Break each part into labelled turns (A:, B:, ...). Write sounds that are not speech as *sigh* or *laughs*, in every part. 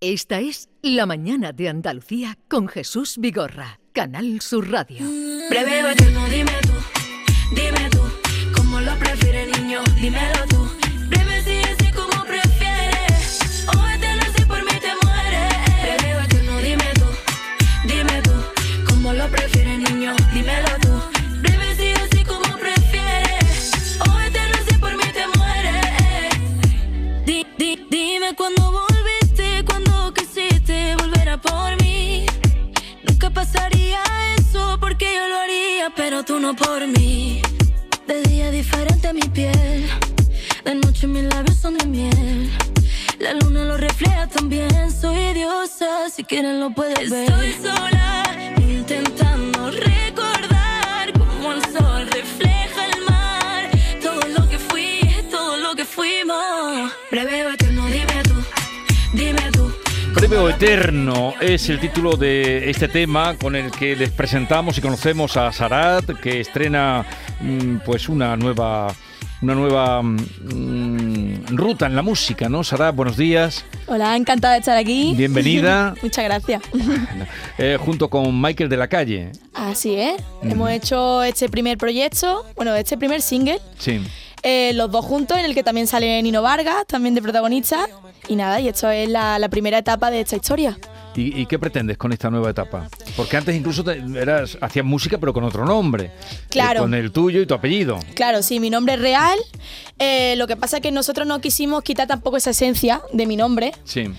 A: Esta es La Mañana de Andalucía con Jesús Vigorra, Canal Sur Radio.
B: Breve no dime tú, dime tú, cómo lo prefieres niño, dímelo tú. Breve si así como prefieres, o vete no sé por mí te mueres. Breve no dime tú, dime tú, cómo lo prefieres niño, dímelo tú. Breve si así como prefieres, o vete no sé por mí te mueres. Di- di- dime cuándo volviste, cuándo quisiste volver a por mí. Nunca pasaría eso porque yo lo haría, pero tú no por mí. De día diferente mi piel, de noche mis labios son de miel. La luna lo refleja también, soy diosa, si quieren lo puedes ver. Estoy sola, intentando recordar cómo el sol refleja el mar. Todo lo que fui, todo lo que fuimos. Breve o eterno, dime tú, dime tú.
C: Breve o Eterno es el título de este tema con el que les presentamos y conocemos a Sarat, que estrena mm, pues una nueva una nueva mm, ruta en la música, ¿no? Sarat, buenos días,
D: Hola, encantada de estar aquí.
C: bienvenida,
D: *laughs* Muchas gracias.
C: eh, junto con Michael de la Calle.
D: Así es.
C: Mm.
D: Hemos hecho este primer proyecto, bueno, este primer single,
C: Sí.
D: eh, los dos juntos, en el que también sale Nino Vargas, también de protagonista. Y nada, y esto es la, la primera etapa de esta historia.
C: ¿Y, y qué pretendes con esta nueva etapa? Porque antes incluso te- eras, hacías música pero con otro nombre. Eh,
D: Claro.
C: con el tuyo y tu apellido.
D: Claro, sí, mi nombre es real. eh, lo que pasa es que nosotros no quisimos quitar tampoco esa esencia de mi nombre,
C: Sí.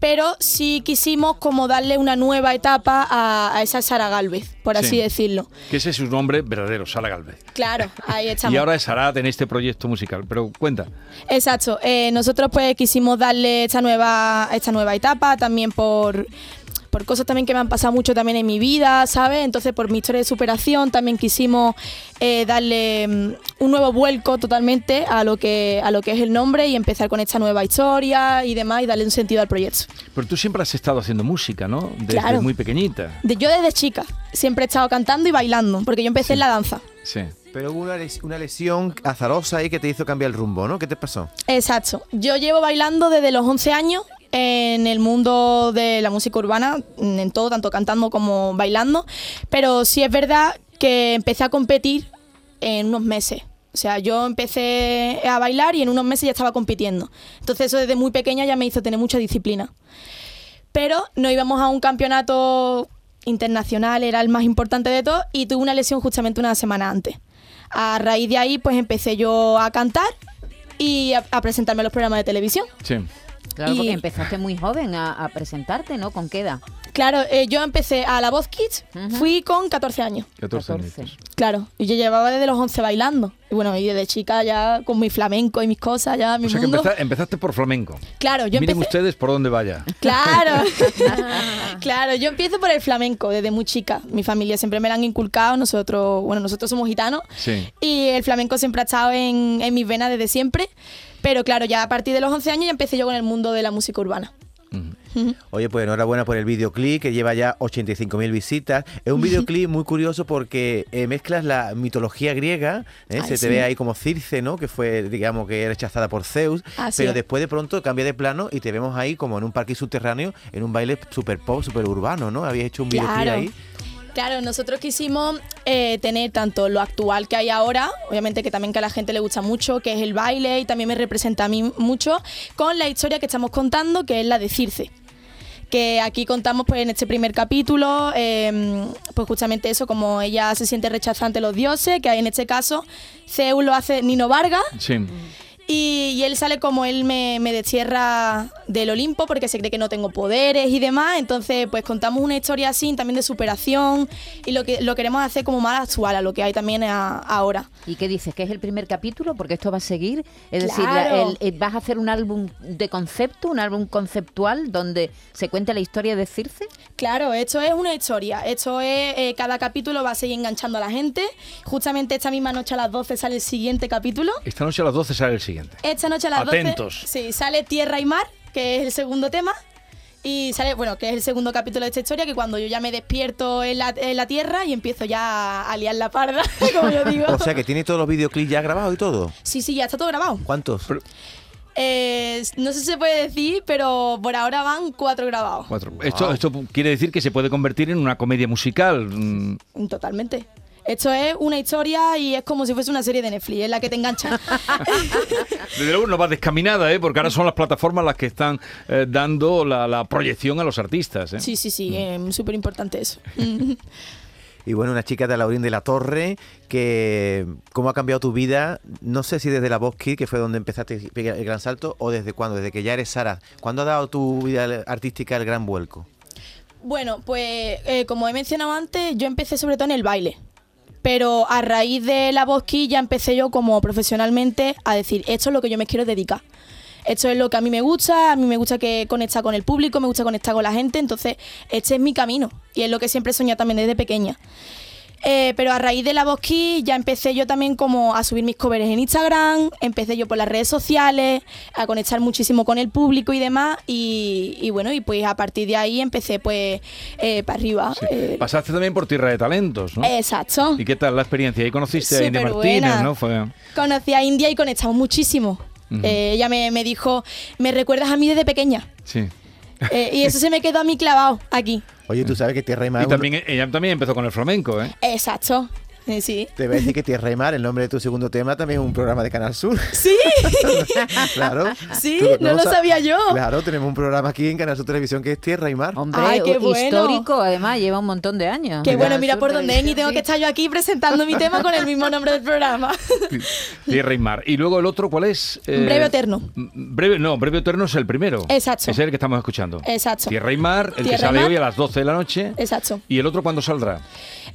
D: pero sí quisimos como darle una nueva etapa a, a esa Sara Galvez, por
C: Sí.
D: así decirlo.
C: Que ese es su nombre verdadero, Sara Galvez.
D: Claro, ahí
C: *laughs*
D: estamos.
C: Y ahora es Sarat en este proyecto musical. Pero cuenta,
D: Exacto. eh, nosotros pues quisimos darle esta nueva, esta nueva etapa también por, por cosas también que me han pasado mucho también en mi vida, ¿sabes? Entonces por mi historia de superación también quisimos eh, darle mm, un nuevo vuelco totalmente a lo que a lo que es el nombre y empezar con esta nueva historia y demás y darle un sentido al proyecto.
C: pero tú siempre has estado haciendo música, ¿no? Desde
D: Claro.
C: muy pequeñita.
D: De, yo desde chica siempre he estado cantando y bailando porque yo empecé en la danza.
C: Sí.
E: Pero hubo una, les- una lesión azarosa ahí que te hizo cambiar el rumbo, ¿no? ¿Qué te pasó?
D: Exacto. Yo llevo bailando desde los 11 años en el mundo de la música urbana, en todo, tanto cantando como bailando, pero sí es verdad que empecé a competir en unos meses. O sea, yo empecé a bailar y en unos meses ya estaba compitiendo. Entonces eso desde muy pequeña ya me hizo tener mucha disciplina. Pero no íbamos a un campeonato internacional, era el más importante de todos, y tuve una lesión justamente una semana antes. A raíz de ahí, pues empecé yo a cantar y a, a presentarme a los programas de televisión.
C: Sí.
F: Claro, porque
D: Y-
F: empezaste muy joven a, a presentarte, ¿no? ¿Con qué edad?
D: Claro, eh, yo empecé a La Voz Kids,
F: Ujú.
D: fui con 14 años.
C: 14
F: 14.
C: añitos.
D: Claro, y yo llevaba desde los 11 bailando. Y bueno, y desde chica ya con mi flamenco y mis cosas, ya mi
C: O sea que
D: mundo.
C: empeza- empezaste por flamenco.
D: Claro, yo
C: Miren
D: empecé.
C: ustedes por dónde
D: *laughs*
C: vaya.
D: Claro, claro, yo empiezo por el flamenco desde muy chica. Mi familia siempre me lo han inculcado, nosotros, bueno, nosotros somos gitanos
C: Sí.
D: y el flamenco siempre ha estado en, en mis venas desde siempre. Pero claro, ya a partir de los 11 años ya empecé yo con el mundo de la música urbana.
E: Oye, pues enhorabuena por el videoclip que lleva ya 85.000 visitas. Es un videoclip muy curioso porque eh, mezclas la mitología griega, ¿eh?
D: Ay,
E: se te
D: sí.
E: ve ahí como Circe, ¿no? Que fue, digamos, que rechazada por Zeus,
D: Así
E: pero
D: es.
E: después de pronto cambia de plano y te vemos ahí como en un parque subterráneo, en un baile super pop, super urbano, ¿no? Habías hecho un videoclip
D: Claro.
E: ahí.
D: Claro, nosotros quisimos eh, tener tanto lo actual que hay ahora, obviamente que también que a la gente le gusta mucho, que es el baile y también me representa a mí mucho, con la historia que estamos contando, que es la de Circe. Que aquí contamos pues en este primer capítulo, eh, pues justamente eso, como ella se siente rechazada ante los dioses, que en este caso Zeus lo hace Nino Vargas,
C: Sí.
D: y, y él sale como él me, me destierra del Olimpo porque se cree que no tengo poderes y demás. Entonces, pues contamos una historia así también de superación y lo que lo queremos hacer como más actual a lo que hay también a- ahora.
F: ¿Y qué dices? ¿Que es el primer capítulo? Porque esto va a seguir. Es decir, la-
D: Claro.
F: el- el- ¿vas a hacer un álbum de concepto, un álbum conceptual donde se cuenta la historia de Circe?
D: Claro, esto es una historia. Esto es, eh, cada capítulo va a seguir enganchando a la gente. Justamente esta misma noche a las 12 sale el siguiente capítulo.
C: Esta noche a las 12 sale el siguiente.
D: Esta noche a las 12
C: Atentos.
D: sí, sale Tierra y Mar, que es el segundo tema. Y sale, bueno, que es el segundo capítulo de esta historia, que cuando yo ya me despierto en la, en la Tierra y empiezo ya a liar la parda, *laughs* como yo digo.
E: O sea que tiene todos los videoclips ya grabados y todo.
D: sí, sí, ya está todo grabado.
E: ¿Cuántos?
D: Eh, no sé si se puede decir, pero por ahora van cuatro grabados.
C: Cuatro. Esto, esto quiere decir que se puede convertir en una comedia musical. mm,
D: Totalmente. Esto es una historia y es como si fuese una serie de Netflix, es la que te engancha.
C: Desde luego no va descaminada, ¿eh? porque ahora son las plataformas las que están eh, dando la, la proyección a los artistas. ¿eh?
D: sí, sí, sí, eh, súper importante eso.
E: Y bueno, una chica de Laurín de la Torre, que cómo ha cambiado tu vida, no sé si desde la Voz Kids, que fue donde empezaste el gran salto, o desde cuándo, desde que ya eres Sara. ¿Cuándo ha dado tu vida artística el gran vuelco?
D: Bueno, pues eh, como he mencionado antes, yo empecé sobre todo en el baile. Pero a raíz de la bosquilla ya empecé yo como profesionalmente a decir, esto es lo que yo me quiero dedicar. Esto es lo que a mí me gusta, a mí me gusta que conectar con el público, me gusta conectar con la gente, entonces este es mi camino y es lo que siempre he soñado también desde pequeña. Eh, pero a raíz de la Bosqui ya empecé yo también como a subir mis covers en Instagram, empecé yo por las redes sociales, a conectar muchísimo con el público y demás. Y, y bueno, y pues a partir de ahí empecé pues eh, para arriba.
C: Sí.
D: eh,
C: Pasaste también por Tierra de Talentos, ¿no?
D: Exacto.
C: ¿Y qué tal la experiencia? Ahí conociste a India Martínez,
D: Eh. Superbuena.
C: ¿no? Fue...
D: Conocí a India y conectamos muchísimo.
C: Ujú.
D: Eh, ella me, me dijo, me recuerdas a mí desde pequeña.
C: Sí.
D: Eh, y eso se me quedó a mí clavado aquí.
E: Oye, tú sabes que Tierra y Mar.
C: Y también, ella también empezó con el flamenco, ¿eh?
D: Exacto. Eh, Sí.
E: Te voy a decir que Tierra y Mar, el nombre de tu segundo tema, también es un programa de Canal Sur.
D: *laughs* Sí.
E: claro.
D: Sí,
E: Tú
D: no lo
E: sa-
D: sabía yo.
E: Claro, tenemos un programa aquí en Canal Sur Televisión que es Tierra y Mar.
F: Hombre,
D: Ay, qué
F: u-
D: bueno.
F: histórico, además, lleva un montón de años.
D: Qué bueno,
F: Canal
D: mira
F: Sur
D: por dónde es, ni
F: Televisión,
D: tengo
F: sí.
D: que estar yo aquí presentando mi tema con el mismo nombre
C: *laughs*
D: del programa.
C: Tierra y Mar. ¿Y luego el otro cuál es? Eh,
D: Breve Eterno.
C: m- Breve, no, Breve Eterno es el primero.
D: Exacto.
C: Es el que estamos escuchando.
D: Exacto.
C: Tierra y Mar, el que
D: Tierra y
C: sale
D: Mar.
C: hoy a las 12 de la noche.
D: Exacto.
C: ¿Y el otro cuándo saldrá?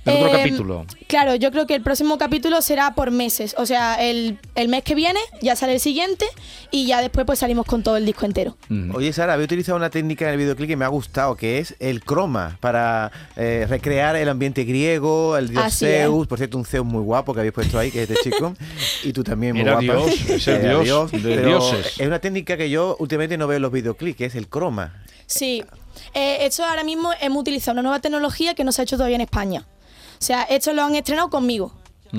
C: El otro
D: Eh,
C: capítulo.
D: Claro, yo creo que el próximo capítulo será por meses. O sea, el, el mes que viene ya sale el siguiente y ya después pues salimos con todo el disco entero.
C: Mm.
E: Oye, Sara, había utilizado una técnica en el videoclip que me ha gustado, que es el croma, para eh, recrear el ambiente griego, el dios
D: Así es.
E: Zeus, por cierto, un Zeus muy guapo que habéis puesto ahí, que es este chico, y tú también muy
C: Era
E: guapa.
C: dios, es el
E: Era
C: dios de
E: pero
C: dioses.
E: Es una técnica que yo últimamente no veo en los videoclips, que es el croma.
D: Sí. Eh, esto ahora mismo hemos utilizado una nueva tecnología que no se ha hecho todavía en España. O sea, esto lo han estrenado conmigo.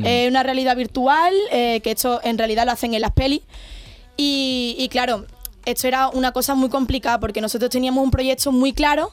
D: Es una realidad virtual, eh, que esto en realidad lo hacen en las pelis. Y, y claro, esto era una cosa muy complicada porque nosotros teníamos un proyecto muy claro,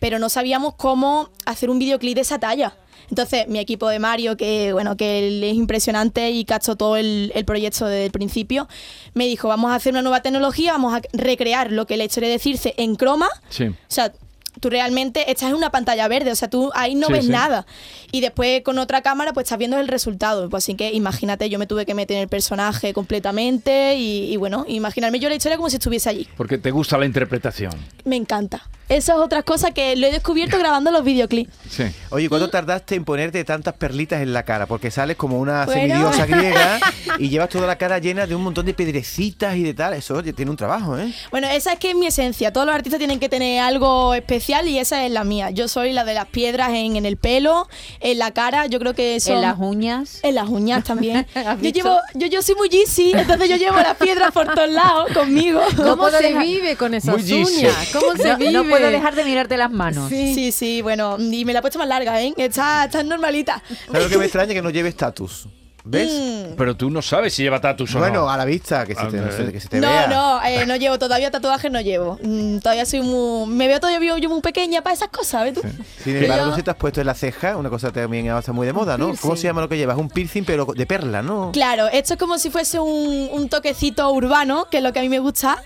D: pero no sabíamos cómo hacer un videoclip de esa talla. Entonces, mi equipo de Mario, que bueno, que él es impresionante y cachó todo el, el proyecto desde el principio, me dijo, vamos a hacer una nueva tecnología, vamos a recrear lo que le historia decirse en croma,
C: Sí.
D: o sea, tú realmente estás en una pantalla verde, o sea, tú ahí no
C: Sí,
D: ves
C: sí.
D: nada. Y después con otra cámara, pues estás viendo el resultado. Pues así que imagínate, yo me tuve que meter en el personaje completamente y, y bueno, imaginarme yo la historia como si estuviese allí.
C: Porque te gusta la interpretación.
D: Me encanta. Esas otras cosas que lo
C: *laughs*
D: he descubierto grabando los videoclips.
C: Sí.
E: Oye,
D: Mm.
E: ¿cuánto tardaste en ponerte tantas perlitas en la cara? Porque sales como una
D: Bueno. *laughs*
E: semidiosa griega y llevas toda la cara llena de un montón de piedrecitas y de tal. Eso, oye, tiene un trabajo, ¿eh?
D: Bueno, esa es que es mi esencia. Todos los artistas tienen que tener algo especial y esa es la mía. Yo soy la de las piedras en, en el pelo, en la cara. Yo creo que eso.
F: En las uñas.
D: En las uñas *laughs* también. yo
F: ¿Has visto?
D: llevo, yo, yo soy muy Yeezy, entonces yo llevo las piedras por todos lados *laughs* conmigo.
G: ¿Cómo
F: puedo
G: se
F: dejar-
G: vive con esas
C: Muy Jesus.
G: uñas? ¿Cómo se
F: No,
G: vive?
F: no puedo dejar de mirarte las manos.
G: Sí.
D: Sí, sí, bueno, y me la he puesto más larga, ¿eh? Está, está normalita.
E: ¿Sabes lo que me extraña? Que no lleve estatus. ¿Ves?
D: Mm.
C: Pero tú no sabes si lleva tatus o
E: Bueno,
C: no.
E: a la vista, que se
C: Ah,
E: te, no sé, que se te
D: no,
E: vea.
D: no, eh, no llevo, todavía tatuajes no llevo. Mm, todavía soy muy. Me veo todavía yo muy pequeña para esas cosas, ¿ves tú? *laughs*
E: Sin embargo, si te has puesto en la ceja, una cosa también ahora está muy de moda, ¿no? ¿Cómo se llama lo que llevas? Un piercing, pero de perla, ¿no?
D: Claro, esto es como si fuese un, un toquecito urbano, que es lo que a mí me gusta.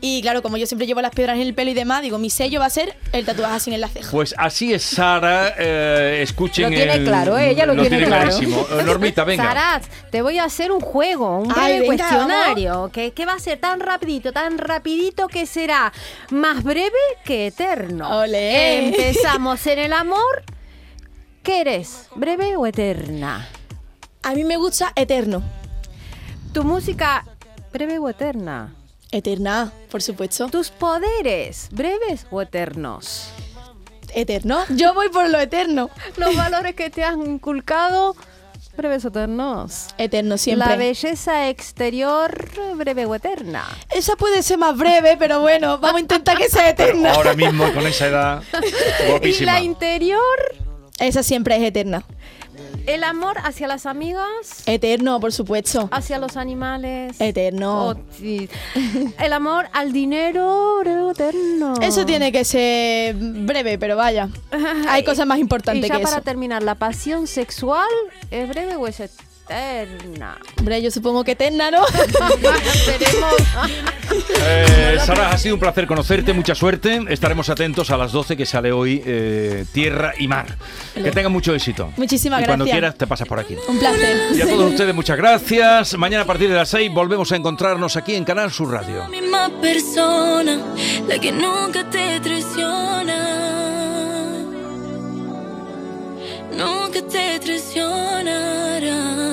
D: Y claro, como yo siempre llevo las piedras en el pelo y demás, digo, mi sello va a ser el tatuaje así en la ceja.
C: Pues así es Sara, eh, escuchen
F: Lo tiene
C: el-
F: claro, ¿eh? Ella lo tiene claro.
C: clarísimo. Eh, Normita, venga.
G: Sarat, te voy a hacer un juego, un breve
D: Ay, venga,
G: cuestionario, que, que va a ser tan rapidito, tan rapidito que será más breve que eterno.
D: Ole.
G: Empezamos en el amor. ¿Qué eres? ¿Breve o eterna?
D: A mí me gusta Eterno.
G: Tu música, breve o eterna.
D: Eterna, por supuesto.
G: Tus poderes, breves o eternos.
D: Eterno. Yo voy por lo eterno.
G: Los valores que te han inculcado, breves o eternos.
D: Eterno siempre.
G: La belleza exterior, breve o eterna.
D: Esa puede ser más breve, pero bueno, vamos a intentar que sea eterna.
C: Ahora mismo, con esa edad,
G: *laughs* Y
C: guapísima.
G: la interior,
D: Esa siempre es eterna.
G: El amor hacia las amigas,
D: Eterno, por supuesto.
G: hacia los animales.
D: Eterno.
G: Oh, sí. El amor al dinero eterno.
D: Eso tiene que ser breve, pero vaya. *laughs* Hay cosas más importantes
G: Y ya
D: que
G: para
D: eso.
G: terminar, ¿la pasión sexual es breve o es
D: *laughs*
G: eterna?
D: Hombre, yo supongo que eterna, ¿no?
G: Veremos.
C: Eh, Sara, ha sido un placer conocerte, mucha suerte. Estaremos atentos a las 12 que sale hoy eh, Tierra y Mar. Que tengan mucho éxito.
D: Muchísimas
C: Y Cuando
D: gracias.
C: quieras, te pasas por aquí.
D: *laughs* Un placer.
C: Y a todos ustedes, muchas gracias. Mañana a partir de las 6 volvemos a encontrarnos aquí en Canal Sur Radio.
B: La misma persona, la que nunca te traiciona. Nunca te traicionará.